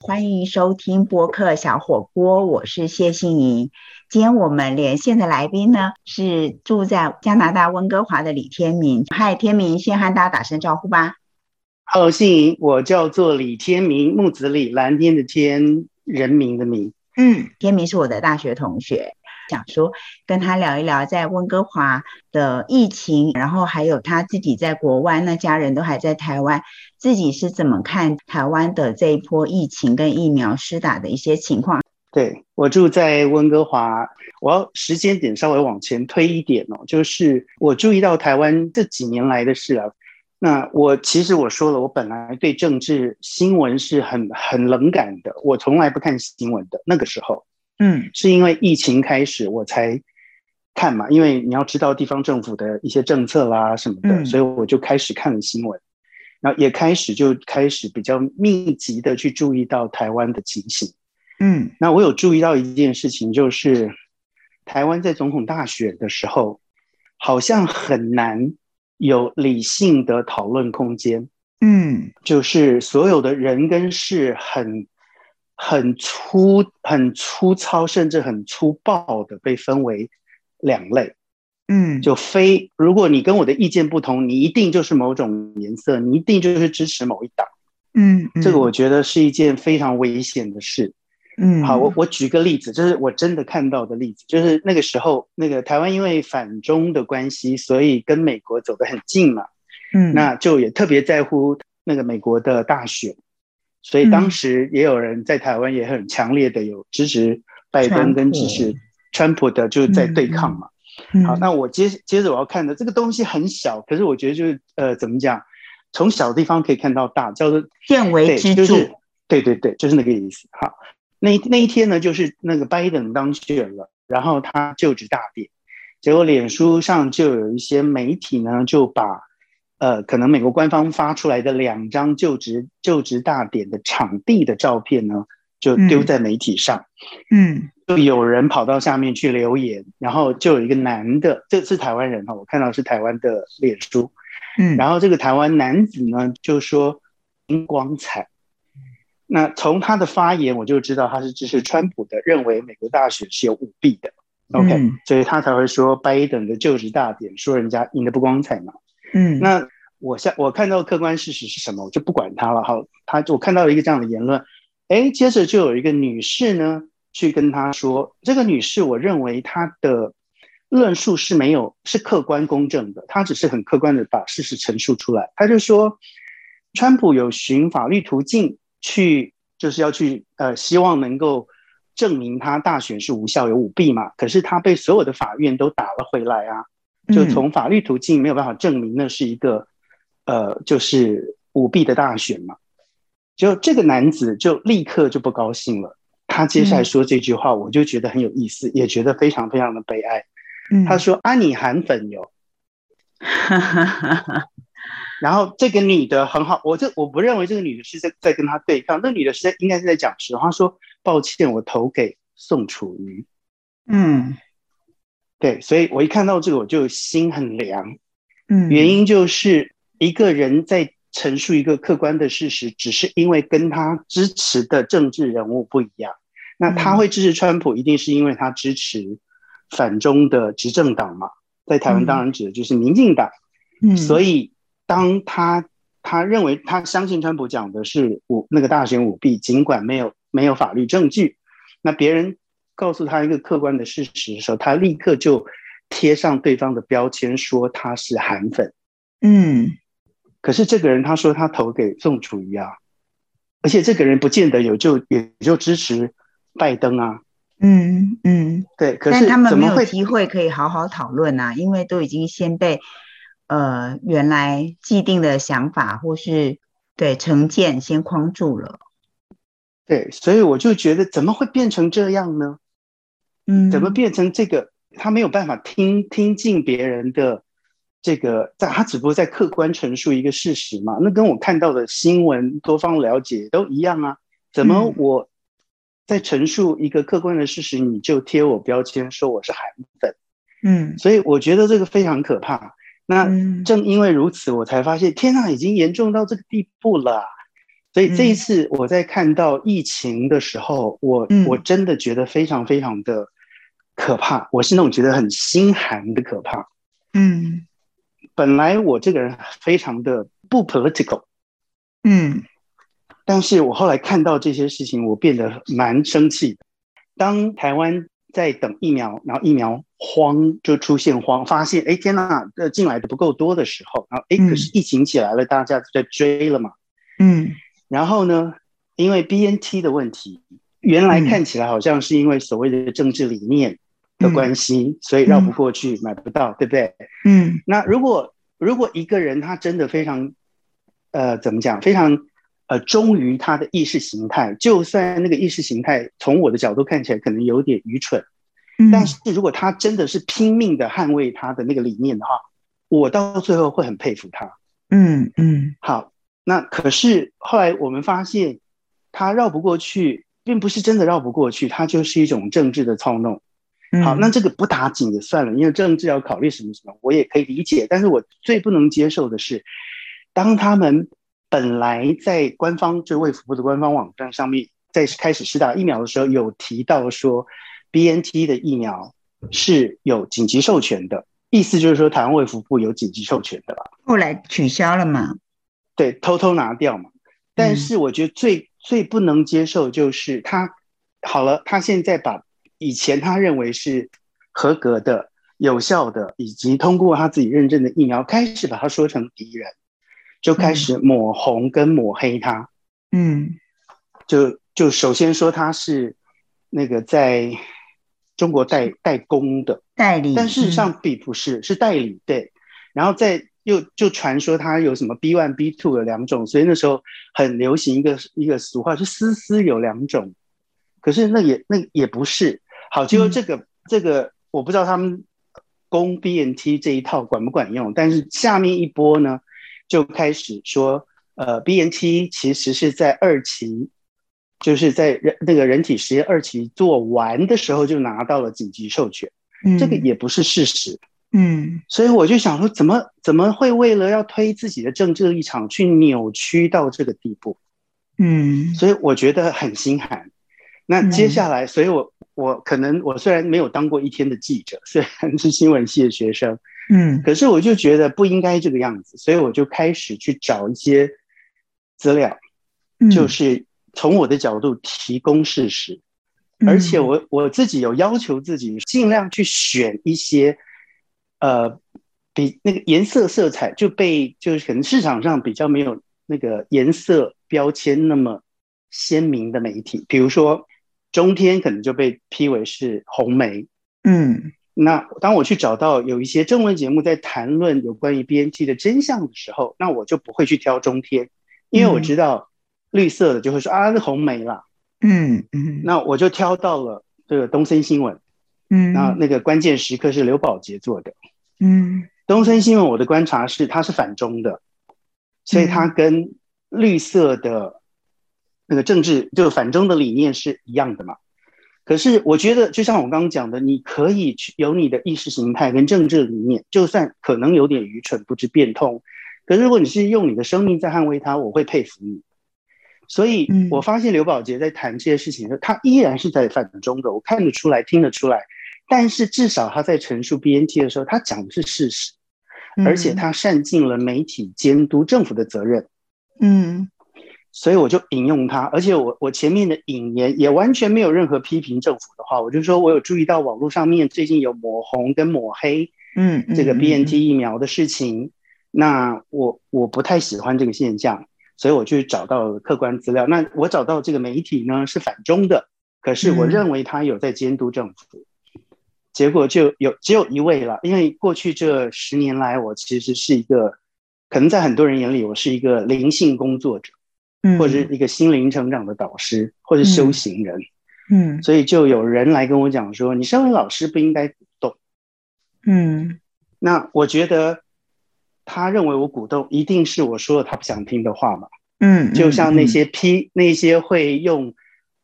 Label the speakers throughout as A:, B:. A: 欢迎收听播客小火锅，我是谢杏莹。今天我们连线的来宾呢是住在加拿大温哥华的李天明。嗨，天明，先和大家打声招呼吧。
B: Hello，杏莹，我叫做李天明，木子李，蓝天的天，人民的民。
A: 嗯，天明是我的大学同学，想说跟他聊一聊在温哥华的疫情，然后还有他自己在国外，那家人都还在台湾，自己是怎么看台湾的这一波疫情跟疫苗施打的一些情况。
B: 对我住在温哥华，我要时间点稍微往前推一点哦，就是我注意到台湾这几年来的事啊。那我其实我说了，我本来对政治新闻是很很冷感的，我从来不看新闻的。那个时候，
A: 嗯，
B: 是因为疫情开始我才看嘛，因为你要知道地方政府的一些政策啦什么的，
A: 嗯
B: 所以我就开始看了新闻，然后也开始就开始比较密集的去注意到台湾的情形。
A: 嗯
B: 那我有注意到一件事情，就是台湾在总统大选的时候，好像很难有理性的讨论空间，
A: 嗯
B: 就是所有的人跟事很很粗、很粗糙，甚至很粗暴的被分为两类。
A: 嗯，
B: 就非如果你跟我的意见不同，你一定就是某种颜色，你一定就是支持某一党。
A: 嗯，嗯
B: 这个我觉得是一件非常危险的事。
A: 嗯
B: 好，我我举个例子，这是我真的看到的例子，就是那个时候，那个台湾因为反中的关系，所以跟美国走得很近嘛，
A: 嗯
B: 那就也特别在乎那个美国的大选，所以当时也有人在台湾也很强烈的有支持拜登跟支持川普的，就是在对抗
A: 嗯
B: 嘛。好，那我接接着我要看的这个东西很小，可是我觉得就是呃，怎么讲，从小地方可以看到大，叫做
A: 见微知
B: 对，就
A: 著，
B: 是对对对，就是那个意思。好，那那一天呢，就是那个拜登当选了，然后他就职大典，结果脸书上就有一些媒体呢，就把呃，可能美国官方发出来的两张就职就职大典的场地的照片呢，就丢在媒体上。
A: 嗯
B: 就有人跑到下面去留言，然后就有一个男的，这是台湾人哈，我看到是台湾的脸书，
A: 嗯，
B: 然后这个台湾男子呢就说“光彩”，那从他的发言我就知道他是支持川普的，认为美国大选是有舞弊的。OK，、
A: 嗯
B: 所以他才会说拜登的就职大典说人家赢得不光彩嘛。
A: 嗯
B: 那我下我看到客观事实是什么，我就不管他了。好，他我看到一个这样的言论，哎，接着就有一个女士呢去跟他说，这个女士我认为她的论述是没有是客观公正的，她只是很客观的把事实陈述出来。她就说，川普有循法律途径去，就是要去呃，希望能够。证明他大选是无效有舞弊嘛？可是他被所有的法院都打了回来啊！
A: 嗯
B: 就从法律途径没有办法证明那是一个呃，就是舞弊的大选嘛。就这个男子就立刻就不高兴了，他接下来说这句话，我就觉得很有意思，也觉得非常非常的悲哀。
A: 嗯
B: 他说：“啊，你韩粉哟。
A: 哈哈哈哈”
B: 然后这个女的很好，我这我不认为这个女的是在在跟他对抗，那女的是在应该是在讲实话，她说：“抱歉，我投给宋楚瑜。”
A: 嗯
B: 对，所以我一看到这个我就心很凉。
A: 嗯，
B: 原因就是一个人在陈述一个客观的事实，只是因为跟他支持的政治人物不一样。那
A: 嗯
B: 他会支持川普，一定是因为他支持反中的执政党嘛，在台湾当然指的就是民进党。
A: 嗯，
B: 所
A: 以
B: 以当他他认为他相信川普讲的是舞那个大选舞弊，尽管没有没有法律证据，那别人告诉他一个客观的事实的时候，他立刻就贴上对方的标签，说他是韩粉。
A: 嗯
B: 可是这个人他说他投给宋楚瑜啊，而且这个人不见得有就也就支持拜登啊，
A: 嗯嗯，
B: 对，可
A: 但
B: 是
A: 他们
B: 怎
A: 没
B: 么
A: 有
B: 会
A: 机会可以好好讨论啊，因为都已经先被呃原来既定的想法或是对成见先框住了，
B: 对？所以我就觉得怎么会变成这样呢？
A: 嗯，
B: 怎么变成这个？他没有办法听听进别人的这个，在他只不过在客观陈述一个事实嘛。那跟我看到的新闻多方了解都一样啊。怎么
A: 嗯
B: 我在陈述一个客观的事实，你就贴我标签说我是韩粉？
A: 嗯
B: 所以我觉得这个非常可怕。那
A: 嗯
B: 正因为如此，我才发现，天啊，已经严重到这个地步了啊。所以这一次我在看到疫情的时候，我
A: 嗯
B: 我真的觉得非常非常的可怕，我是那种觉得很心寒的可怕。
A: 嗯
B: 本来我这个人非常的不 political，
A: 嗯
B: 但是我后来看到这些事情，我变得蛮生气的。当台湾在等疫苗，然后疫苗荒就出现荒，发现哎天呐，呃进来的不够多的时候，然后哎
A: 嗯
B: 可是疫情起来了，大家都在追了嘛。
A: 嗯
B: 然后呢，因为 BNT 的问题，原来看起来好像是因为所谓的政治理念的关系，所以绕不过去，买不到，对不对？
A: 嗯
B: 那如果如果一个人他真的非常，呃，怎么讲，非常呃忠于他的意识形态，就算那个意识形态从我的角度看起来可能有点愚蠢，
A: 嗯，
B: 但是如果他真的是拼命的捍卫他的那个理念的话，我到最后会很佩服他。
A: 嗯嗯
B: 好，那可是后来我们发现，他绕不过去，并不是真的绕不过去，它就是一种政治的操弄。
A: 嗯
B: 好，那这个不打紧也算了，因为政治要考虑什么什么，我也可以理解。但是我最不能接受的是，当他们本来在官方就卫福部的官方网站上面，在开始施打疫苗的时候，有提到说，B N T 的疫苗是有紧急授权的，意思就是说台湾卫福部有紧急授权的啦，
A: 后来取消了嘛？
B: 对，偷偷拿掉嘛。但是我觉得最、最不能接受就是他好了，他现在把以前他认为是合格的、有效的，以及通过他自己认证的疫苗，开始把它说成敌人，就开始抹红跟抹黑他。
A: 嗯
B: 就就首先说他是那个在中国代代工的，
A: 代理，
B: 但事实上并不是，是代理对。然后再又就传说他有什么 B one B two 有两种，所以那时候很流行一个一个俗话，就丝丝有两种。可是那也那也不是好，结果这个、这个我不知道他们攻 B N T 这一套管不管用，但是下面一波呢就开始说，呃，B N T 其实是在二期。就是在人那个人体实验二期做完的时候，就拿到了紧急授权。
A: 嗯
B: 这个也不是事实。
A: 嗯
B: 所以我就想说，怎么怎么会为了要推自己的政治立场去扭曲到这个地步？
A: 嗯
B: 所以我觉得很心寒。那接下来，所以我我可能我虽然没有当过一天的记者，虽然是新闻系的学生，
A: 嗯
B: 可是我就觉得不应该这个样子，所以我就开始去找一些资料，
A: 嗯，
B: 就是从我的角度提供事实。
A: 嗯
B: 而且我我自己有要求自己，尽量去选一些，呃，比那个颜色色彩就被就是可能市场上比较没有那个颜色标签那么鲜明的媒体，比如说中天可能就被批为是红媒。
A: 嗯
B: 那当我去找到有一些中文节目在谈论有关于 BNT 的真相的时候，那我就不会去挑中天，因为我
A: 嗯
B: 知道绿色的就会说啊是红媒啦，
A: 嗯嗯
B: 那我就挑到了这个东森新闻。
A: 嗯
B: 那那个关键时刻是刘宝杰做的。
A: 嗯
B: 东森新闻我的观察是，它是反中的，所以它跟绿色的那个政治就是反中的理念是一样的嘛。可是我觉得，就像我刚刚讲的，你可以去有你的意识形态跟政治理念，就算可能有点愚蠢、不知变通，可是如果你是用你的生命在捍卫它，我会佩服你。所以
A: 嗯
B: 我发现刘宝杰在谈这些事情的时候，他依然是在反中的，我看得出来、听得出来。但是至少他在陈述 BNT 的时候，他讲的是事实，
A: 嗯
B: 而且他善尽了媒体监督政府的责任，
A: 嗯
B: 所以我就引用他。而且我我前面的引言也完全没有任何批评政府的话，我就说我有注意到网络上面最近有抹红跟抹黑
A: 嗯嗯
B: 这个
A: 嗯
B: BNT 疫苗的事情，那我我不太喜欢这个现象，所以我去找到了客观资料。那我找到这个媒体呢是反中的，可是我
A: 嗯
B: 认为他有在监督政府。结果就有只有一位了，因为过去这十年来，我其实是一个，可能在很多人眼里，我是一个灵性工作者，
A: 嗯
B: 或者是一个心灵成长的导师，或者修行人。
A: 嗯
B: 所以就有人来跟我讲说，你身为老师不应该鼓动。
A: 嗯
B: 那我觉得他认为我鼓动，一定是我说了他不想听的话嘛。
A: 嗯，
B: 就像那些批那些会用，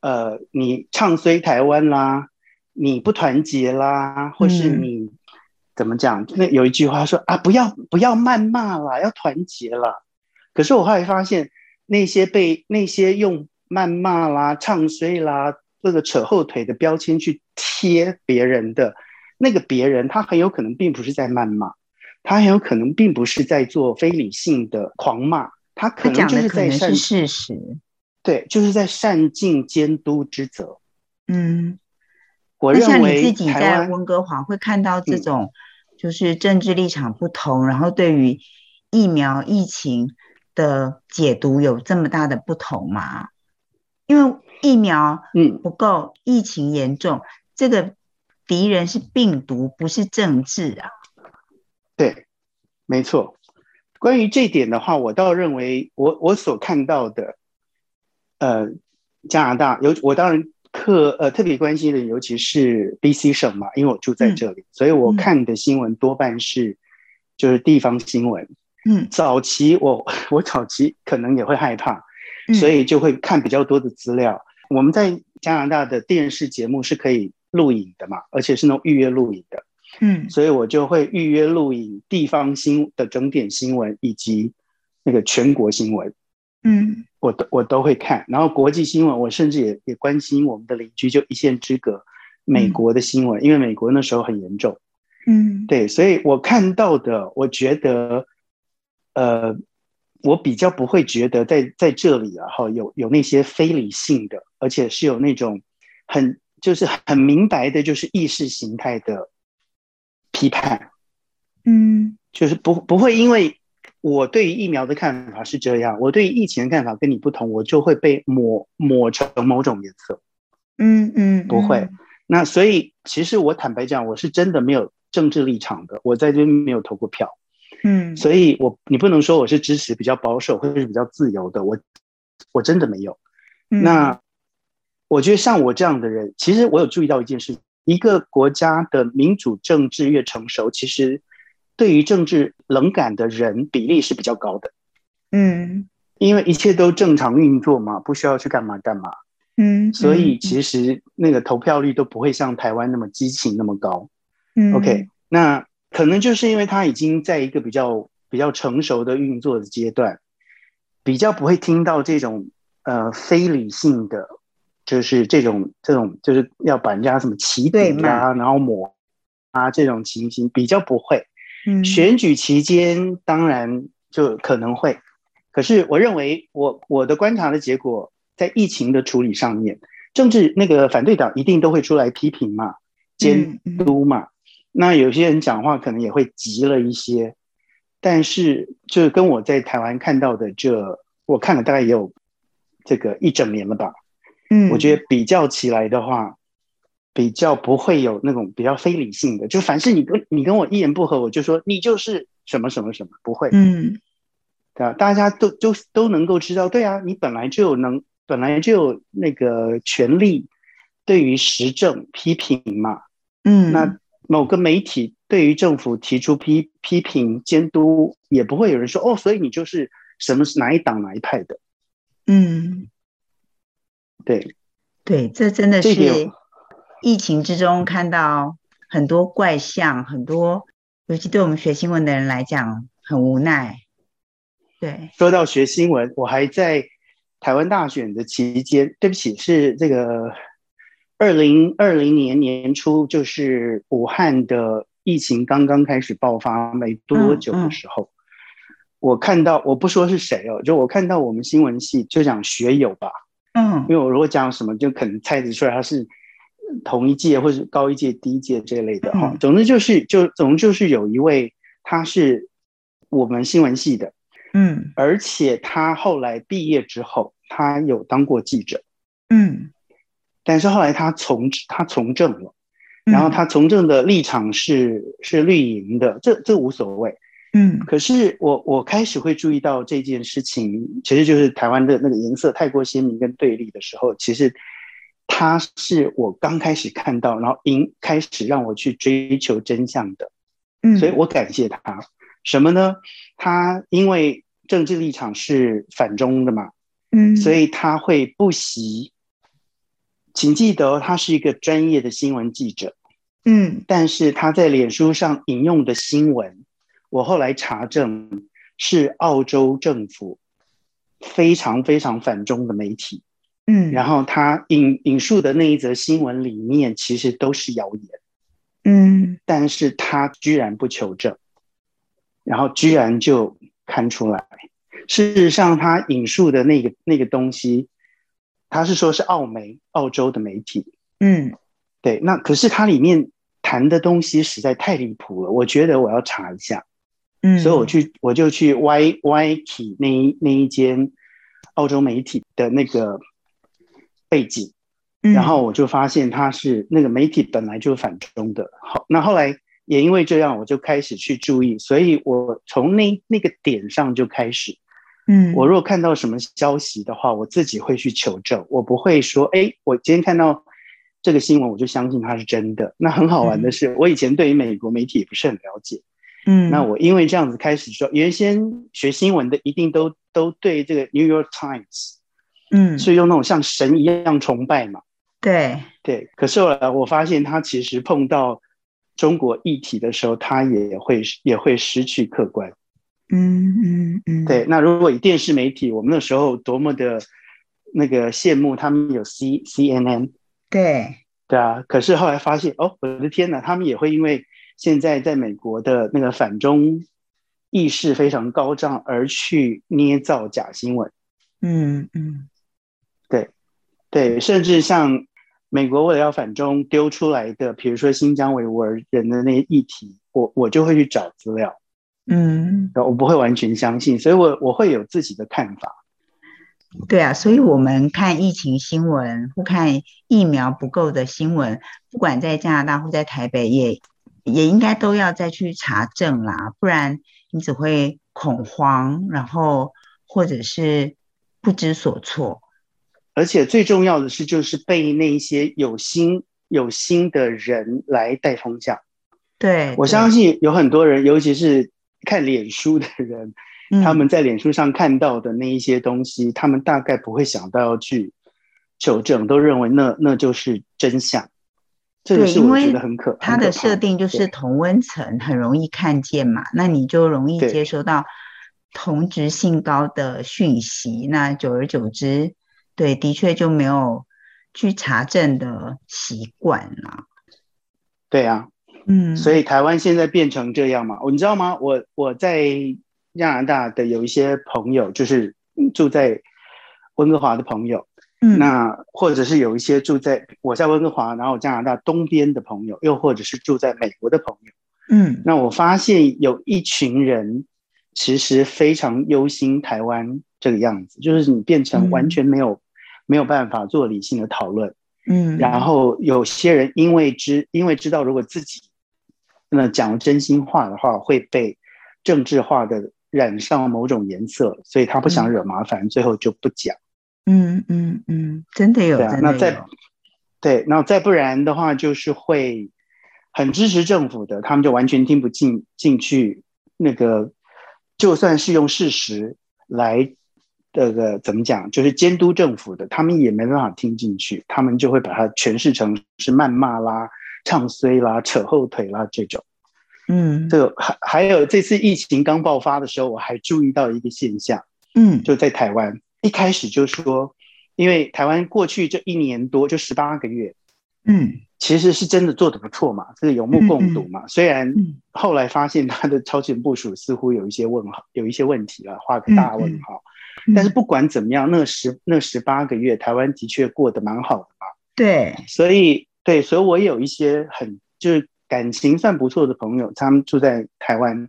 B: 呃，你唱衰台湾啦，你不团结啦，或是
A: 嗯
B: 你、怎么讲？那有一句话说啊，不要不要谩骂啦，要团结啦。可是我后来发现，那些被那些用谩骂啦、唱衰啦、这个扯后腿的标签去贴别人的那个别人，他很有可能并不是在谩骂，他很有可能并不是在做非理性的狂骂，他可
A: 他
B: 能
A: 讲
B: 就
A: 的
B: 是
A: 可
B: 在
A: 能
B: 善
A: 是事实，
B: 对，就是在善尽监督之责。
A: 嗯，
B: 我
A: 那
B: 认
A: 像你
B: 为
A: 自己
B: 台
A: 在
B: 湾
A: 温哥华会看到这
B: 嗯
A: 种，就是政治立场不同，然后对于疫苗疫情的解读有这么大的不同吗？因为疫苗
B: 嗯
A: 不够，疫情严重，这个敌人是病毒，不是政治啊。
B: 对，没错。关于这一点的话，我倒认为我我所看到的，呃，加拿大尤我当然特呃特别关心的，尤其是 BC 省嘛，因为我住在
A: 嗯
B: 这里，所以我
A: 嗯
B: 看的新闻多半是就是地方新闻。
A: 嗯，
B: 早期我我早期可能也会害怕，
A: 嗯
B: 所以就会看比较多的资料。我们在加拿大的电视节目是可以录影的嘛，而且是那种预约录影的。
A: 嗯
B: 所以我就会预约录影地方新的整点新闻以及那个全国新闻，
A: 嗯
B: 我都我都会看。然后国际新闻，我甚至也也关心我们的邻居，就一线之隔，美国的新闻，因为美国那时候很严重。
A: 嗯，
B: 对，所以我看到的，我觉得，呃，我比较不会觉得在在这里啊，哈，有有那些非理性的，而且是有那种很就是很明白的，就是意识形态的批判。
A: 嗯
B: 就是不不会因为我对于疫苗的看法是这样，我对于疫情的看法跟你不同，我就会被抹抹成某种颜色。
A: 嗯嗯，
B: 不会
A: 嗯，
B: 那所以其实我坦白讲，我是真的没有政治立场的，我在这边没有投过票，
A: 嗯，
B: 所以我你不能说我是支持比较保守或者是比较自由的，我我真的没有。
A: 嗯
B: 那我觉得像我这样的人，其实我有注意到一件事：一个国家的民主政治越成熟，其实对于政治冷感的人比例是比较高的，
A: 嗯
B: 因为一切都正常运作嘛，不需要去干嘛干嘛，
A: 嗯，
B: 所以
A: 嗯
B: 其实那个投票率都不会像台湾那么激情那么高。
A: 嗯
B: OK，那可能就是因为他已经在一个比较比较成熟的运作的阶段，比较不会听到这种呃非理性的，就是这种这种就是要把人家什么起底
A: 对
B: 啦、然后抹啊这种情形比较不会。
A: 嗯
B: 选举期间当然就可能会，可是我认为我我的观察的结果，在疫情的处理上面，政治那个反对党一定都会出来批评嘛，监
A: 嗯嗯
B: 都嘛。那有些人讲话可能也会急了一些，但是就是跟我在台湾看到的这，我看了大概也有这个一整年了吧。
A: 嗯，
B: 我觉得比较起来的话，比较不会有那种比较非理性的，就凡是你跟你跟我一言不合，我就说你就是什么什么什么，不会，
A: 嗯
B: 对吧？大家都都都能够知道，对啊，你本来就有能，本来就有那个权利对于时政批评嘛，
A: 嗯，
B: 那某个媒体对于政府提出批批评监督，也不会有人说哦，所以你就是什么哪一党哪一派的，
A: 嗯，
B: 对，
A: 对，这真的
B: 这点
A: 是疫情之中看到很多怪象，很多尤其对我们学新闻的人来讲很无奈。对，
B: 说到学新闻，我还在台湾大选的期间，对不起，是这个二零二零年年初，就是武汉的疫情刚刚开始爆发没多久的时候，我看到我不说是谁哦，就我看到我们新闻系就讲学友吧，
A: 嗯
B: 因为我如果讲什么，就可能猜得出来他是同一届或者高一届、低一届这类的哈、
A: 嗯
B: 总之就是就总之就是有一位他是我们新闻系的。
A: 嗯
B: 而且他后来毕业之后，他有当过记者，
A: 嗯，
B: 但是后来他从他从政了，
A: 嗯
B: 然后他从政的立场是是绿营的，这这无所谓。
A: 嗯
B: 可是我我开始会注意到这件事情，其实就是台湾的那个颜色太过鲜明跟对立的时候，其实他是我刚开始看到，然后引开始让我去追求真相的。
A: 嗯，
B: 所以我感谢他。什么呢？他因为政治立场是反中的嘛，
A: 嗯，
B: 所以他会不惜。请记得哦，他是一个专业的新闻记者，
A: 嗯
B: 但是他在脸书上引用的新闻，我后来查证是澳洲政府非常非常反中的媒体，
A: 嗯，
B: 然后他引引述的那一则新闻里面其实都是谣言，
A: 嗯
B: 但是他居然不求证，然后居然就看出来。事实上，他引述的那个那个东西，他是说是澳媒澳洲的媒体，
A: 嗯
B: 对，那可是它里面谈的东西实在太离谱了，我觉得我要查一下，
A: 嗯，
B: 所以我去我就去 Y Y K 那一那一间澳洲媒体的那个背景，
A: 嗯，
B: 然后我就发现它是那个媒体本来就是反中的，好，那后来也因为这样，我就开始去注意，所以我从那那个点上就开始，
A: 嗯，
B: 我如果看到什么消息的话，我自己会去求证，我不会说，哎，我今天看到这个新闻，我就相信它是真的。那很好玩的是，我以前对于美国媒体也不是很了解，
A: 嗯，
B: 那我因为这样子开始说，原先学新闻的一定都都对这个 New York Times
A: 嗯
B: 是用那种像神一样崇拜嘛，
A: 对，
B: 对。可是后来我发现，他其实碰到中国议题的时候，他也会也会失去客观。
A: 嗯嗯嗯，
B: 对，那如果以电视媒体，我们那时候多么的那个羡慕他们有 C C N N，
A: 对，
B: 对啊。可是后来发现，哦，我的天哪，他们也会因为现在在美国的那个反中意识非常高涨，而去捏造假新闻。
A: 嗯嗯
B: 对，甚至像美国为了要反中丢出来的，比如说新疆维吾尔人的那些议题，我我就会去找资料，
A: 嗯，
B: 我不会完全相信，所以我我会有自己的看法。
A: 对啊，所以我们看疫情新闻或看疫苗不够的新闻，不管在加拿大或在台北也，也应该都要再去查证啦，不然你只会恐慌，然后或者是不知所措。
B: 而且最重要的是，就是被那些有心有心的人来带风向。
A: 对，
B: 我
A: 对
B: 相信有很多人，尤其是看脸书的人，
A: 嗯
B: 他们在脸书上看到的那一些东西，他们大概不会想到要去求证，都认为那那就是真相。这个
A: 对
B: 是
A: 因
B: 我
A: 为
B: 觉得很可
A: 它
B: 很可
A: 的
B: 怕
A: 设定就是
B: 对
A: 同温层很容易看见嘛，那你就容易
B: 对
A: 接收到同质性高的讯息，那久而久之，对，的确就没有去查证的习惯了。
B: 对啊，
A: 嗯，
B: 所
A: 以
B: 以台湾现在变成这样嘛？我你知道吗？我我在加拿大的有一些朋友，就是住在温哥华的朋友，
A: 嗯
B: 那或者是有一些住在我在温哥华，然后加拿大东边的朋友，又或者是住在美国的朋友。
A: 嗯
B: 那我发现有一群人其实非常忧心台湾这个样子，就是你变成完全没有、没有办法做理性的讨论。
A: 嗯，
B: 然后有些人因为知因为知道如果自己那讲真心话的话，会被政治化的染上某种颜色，所以他不想惹麻烦，最后就不讲。
A: 嗯嗯嗯，真的有，
B: 对啊
A: 真
B: 那
A: 的
B: 再
A: 有，
B: 对，那再不然的话，就是会很支持政府的，他们就完全听不进进去。那个就算是用事实来这个怎么讲，就是监督政府的，他们也没办法听进去，他们就会把它诠释成是谩骂啦、唱衰啦、扯后腿啦这种。
A: 嗯
B: 这个还还有这次疫情刚爆发的时候，我还注意到一个现象。
A: 嗯
B: 就在台湾，一开始就说，因为台湾过去这一年多就十八个月，
A: 嗯
B: 其实是真的做得不错嘛，这个有目共睹嘛。虽然
A: 嗯
B: 后来发现他的超前部署似乎有一些问号，有一些问题了，画个大问号。但是
A: 嗯
B: 不管怎么样，那十那十八个月，台湾的确过得蛮好的嘛。
A: 对，
B: 所以对，所以我有一些很就是感情算不错的朋友，他们住在台湾。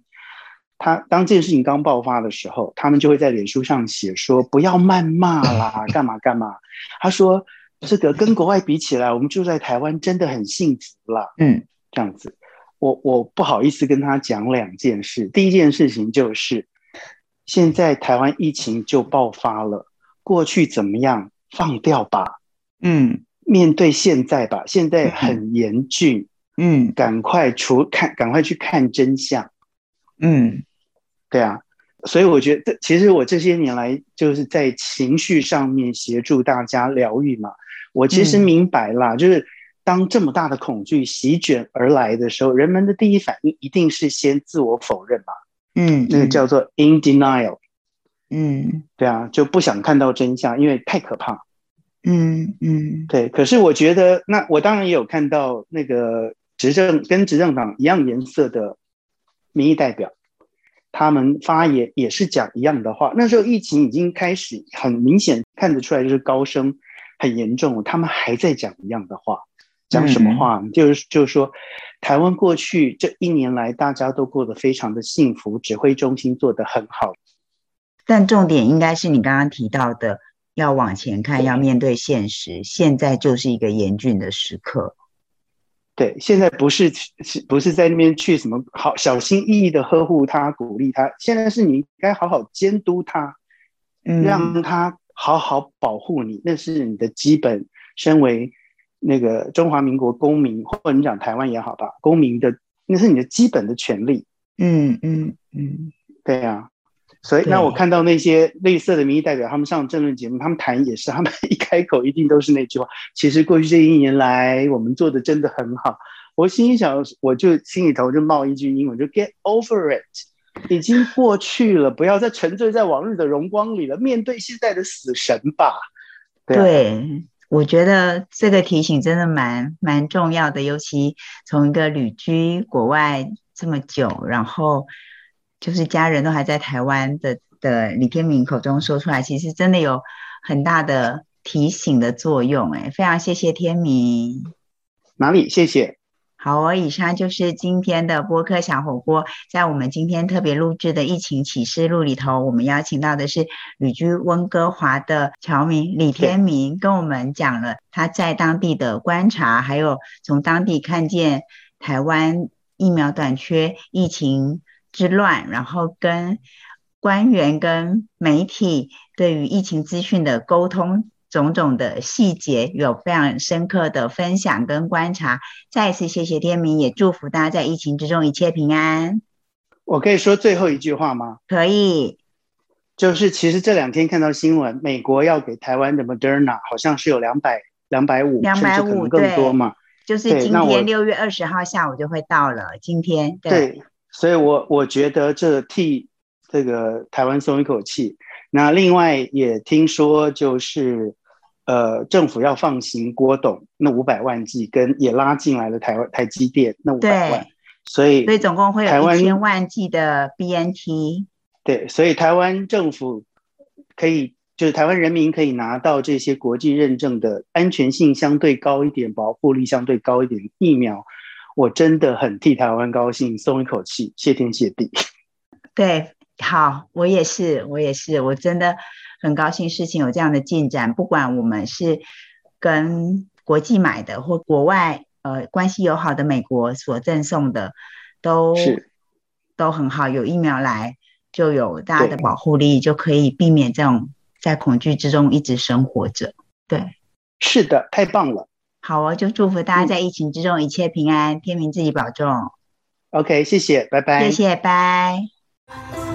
B: 他当这件事情刚爆发的时候，他们就会在脸书上写说不要谩 骂啦，干嘛干嘛。他说这个跟国外比起来，我们住在台湾真的很幸福啦，
A: 嗯
B: 这样子。我我不好意思跟他讲两件事，第一件事情就是现在台湾疫情就爆发了，过去怎么样放掉吧，
A: 嗯
B: 面对现在吧，现在很严峻，
A: 嗯
B: 赶快除看，赶快去看真相，
A: 嗯
B: 对啊。所以我觉得，其实我这些年来就是在情绪上面协助大家疗愈嘛。我其实
A: 嗯
B: 明白啦，就是当这么大的恐惧席卷而来的时候，人们的第一反应一定是先自我否认嘛，
A: 嗯，
B: 那个
A: 嗯
B: 叫做 in denial，
A: 嗯
B: 对啊，就不想看到真相，因为太可怕。
A: 嗯嗯
B: 对，可是我觉得，那我当然也有看到那个执政跟执政党一样颜色的民意代表，他们发言也是讲一样的话。那时候疫情已经开始，很明显看得出来就是高升很严重，他们还在讲一样的话。讲什么话？就是就是说，台湾过去这一年来，大家都过得非常的幸福，指挥中心做得很好，
A: 但重点应该是你刚刚提到的，要往前看，要面对现实。现在就是一个严峻的时刻。
B: 对，现在不是是不是在那边去什么好小心翼翼的呵护他、鼓励他？现在是你应该好好监督他，
A: 嗯，
B: 让他好好保护你，那是你的基本。身为那个中华民国公民，或者你讲台湾也好吧，公民的那是你的基本的权利。
A: 嗯嗯嗯
B: 对啊，所以
A: 对
B: 那我看到那些类似的民意代表，他们上政论节目，他们谈也是，他们 一开口一定都是那句话。其实过去这一年来，我们做的真的很好。我心里想，我就心里头就冒一句英文，就 get over it，已经过去了，不要再沉醉在往日的荣光里了，面对现在的死神吧。对啊
A: 对，我觉得这个提醒真的蛮蛮重要的，尤其从一个旅居国外这么久，然后就是家人都还在台湾的的李天明口中说出来，其实真的有很大的提醒的作用。哎，非常谢谢天明。
B: 哪里？谢谢。
A: 好哦，以上就是今天的播客小火锅。在我们今天特别录制的疫情启示录里头，我们邀请到的是旅居温哥华的侨民李天明，跟我们讲了他在当地的观察，还有从当地看见台湾疫苗短缺、疫情之乱，然后跟官员跟媒体对于疫情资讯的沟通。种种的细节有非常深刻的分享跟观察，再一次谢谢天明，也祝福大家在疫情之中一切平安。
B: 我可以说最后一句话吗？
A: 可以，
B: 就是其实这两天看到新闻，美国要给台湾的 Moderna 好像是有两百、两百五，甚至可
A: 250
B: 能更多嘛。
A: 就是
B: 对
A: 今
B: 那我
A: 天六月二十号下午就会到了。今天对，
B: 对，所以我我觉得这替这个台湾松一口气。那另外也听说就是，呃，政府要放行郭董那五百万剂，跟也拉进来了台湾台积电那五百万
A: 对，
B: 所以
A: 所以总共会
B: 台
A: 有
B: 湾
A: 一千万剂的 BNT。
B: 对，所以台湾政府可以，就是台湾人民可以拿到这些国际认证的安全性相对高一点、保护力相对高一点的疫苗，我真的很替台湾高兴，松一口气，谢天谢 地。
A: 对，好，我也是，我也是，我真的很高兴事情有这样的进展。不管我们是跟国际买的，或国外呃关系友好的美国所赠送的，都
B: 是
A: 都很好。有疫苗来，就有大家的
B: 对
A: 保护力，就可以避免这种在恐惧之中一直生活着。
B: 是的，太棒了。
A: 好哦，就祝福大家
B: 嗯
A: 在疫情之中一切平安，天明自己保重，
B: OK，谢谢，拜拜。
A: 谢谢，拜。
C: Thank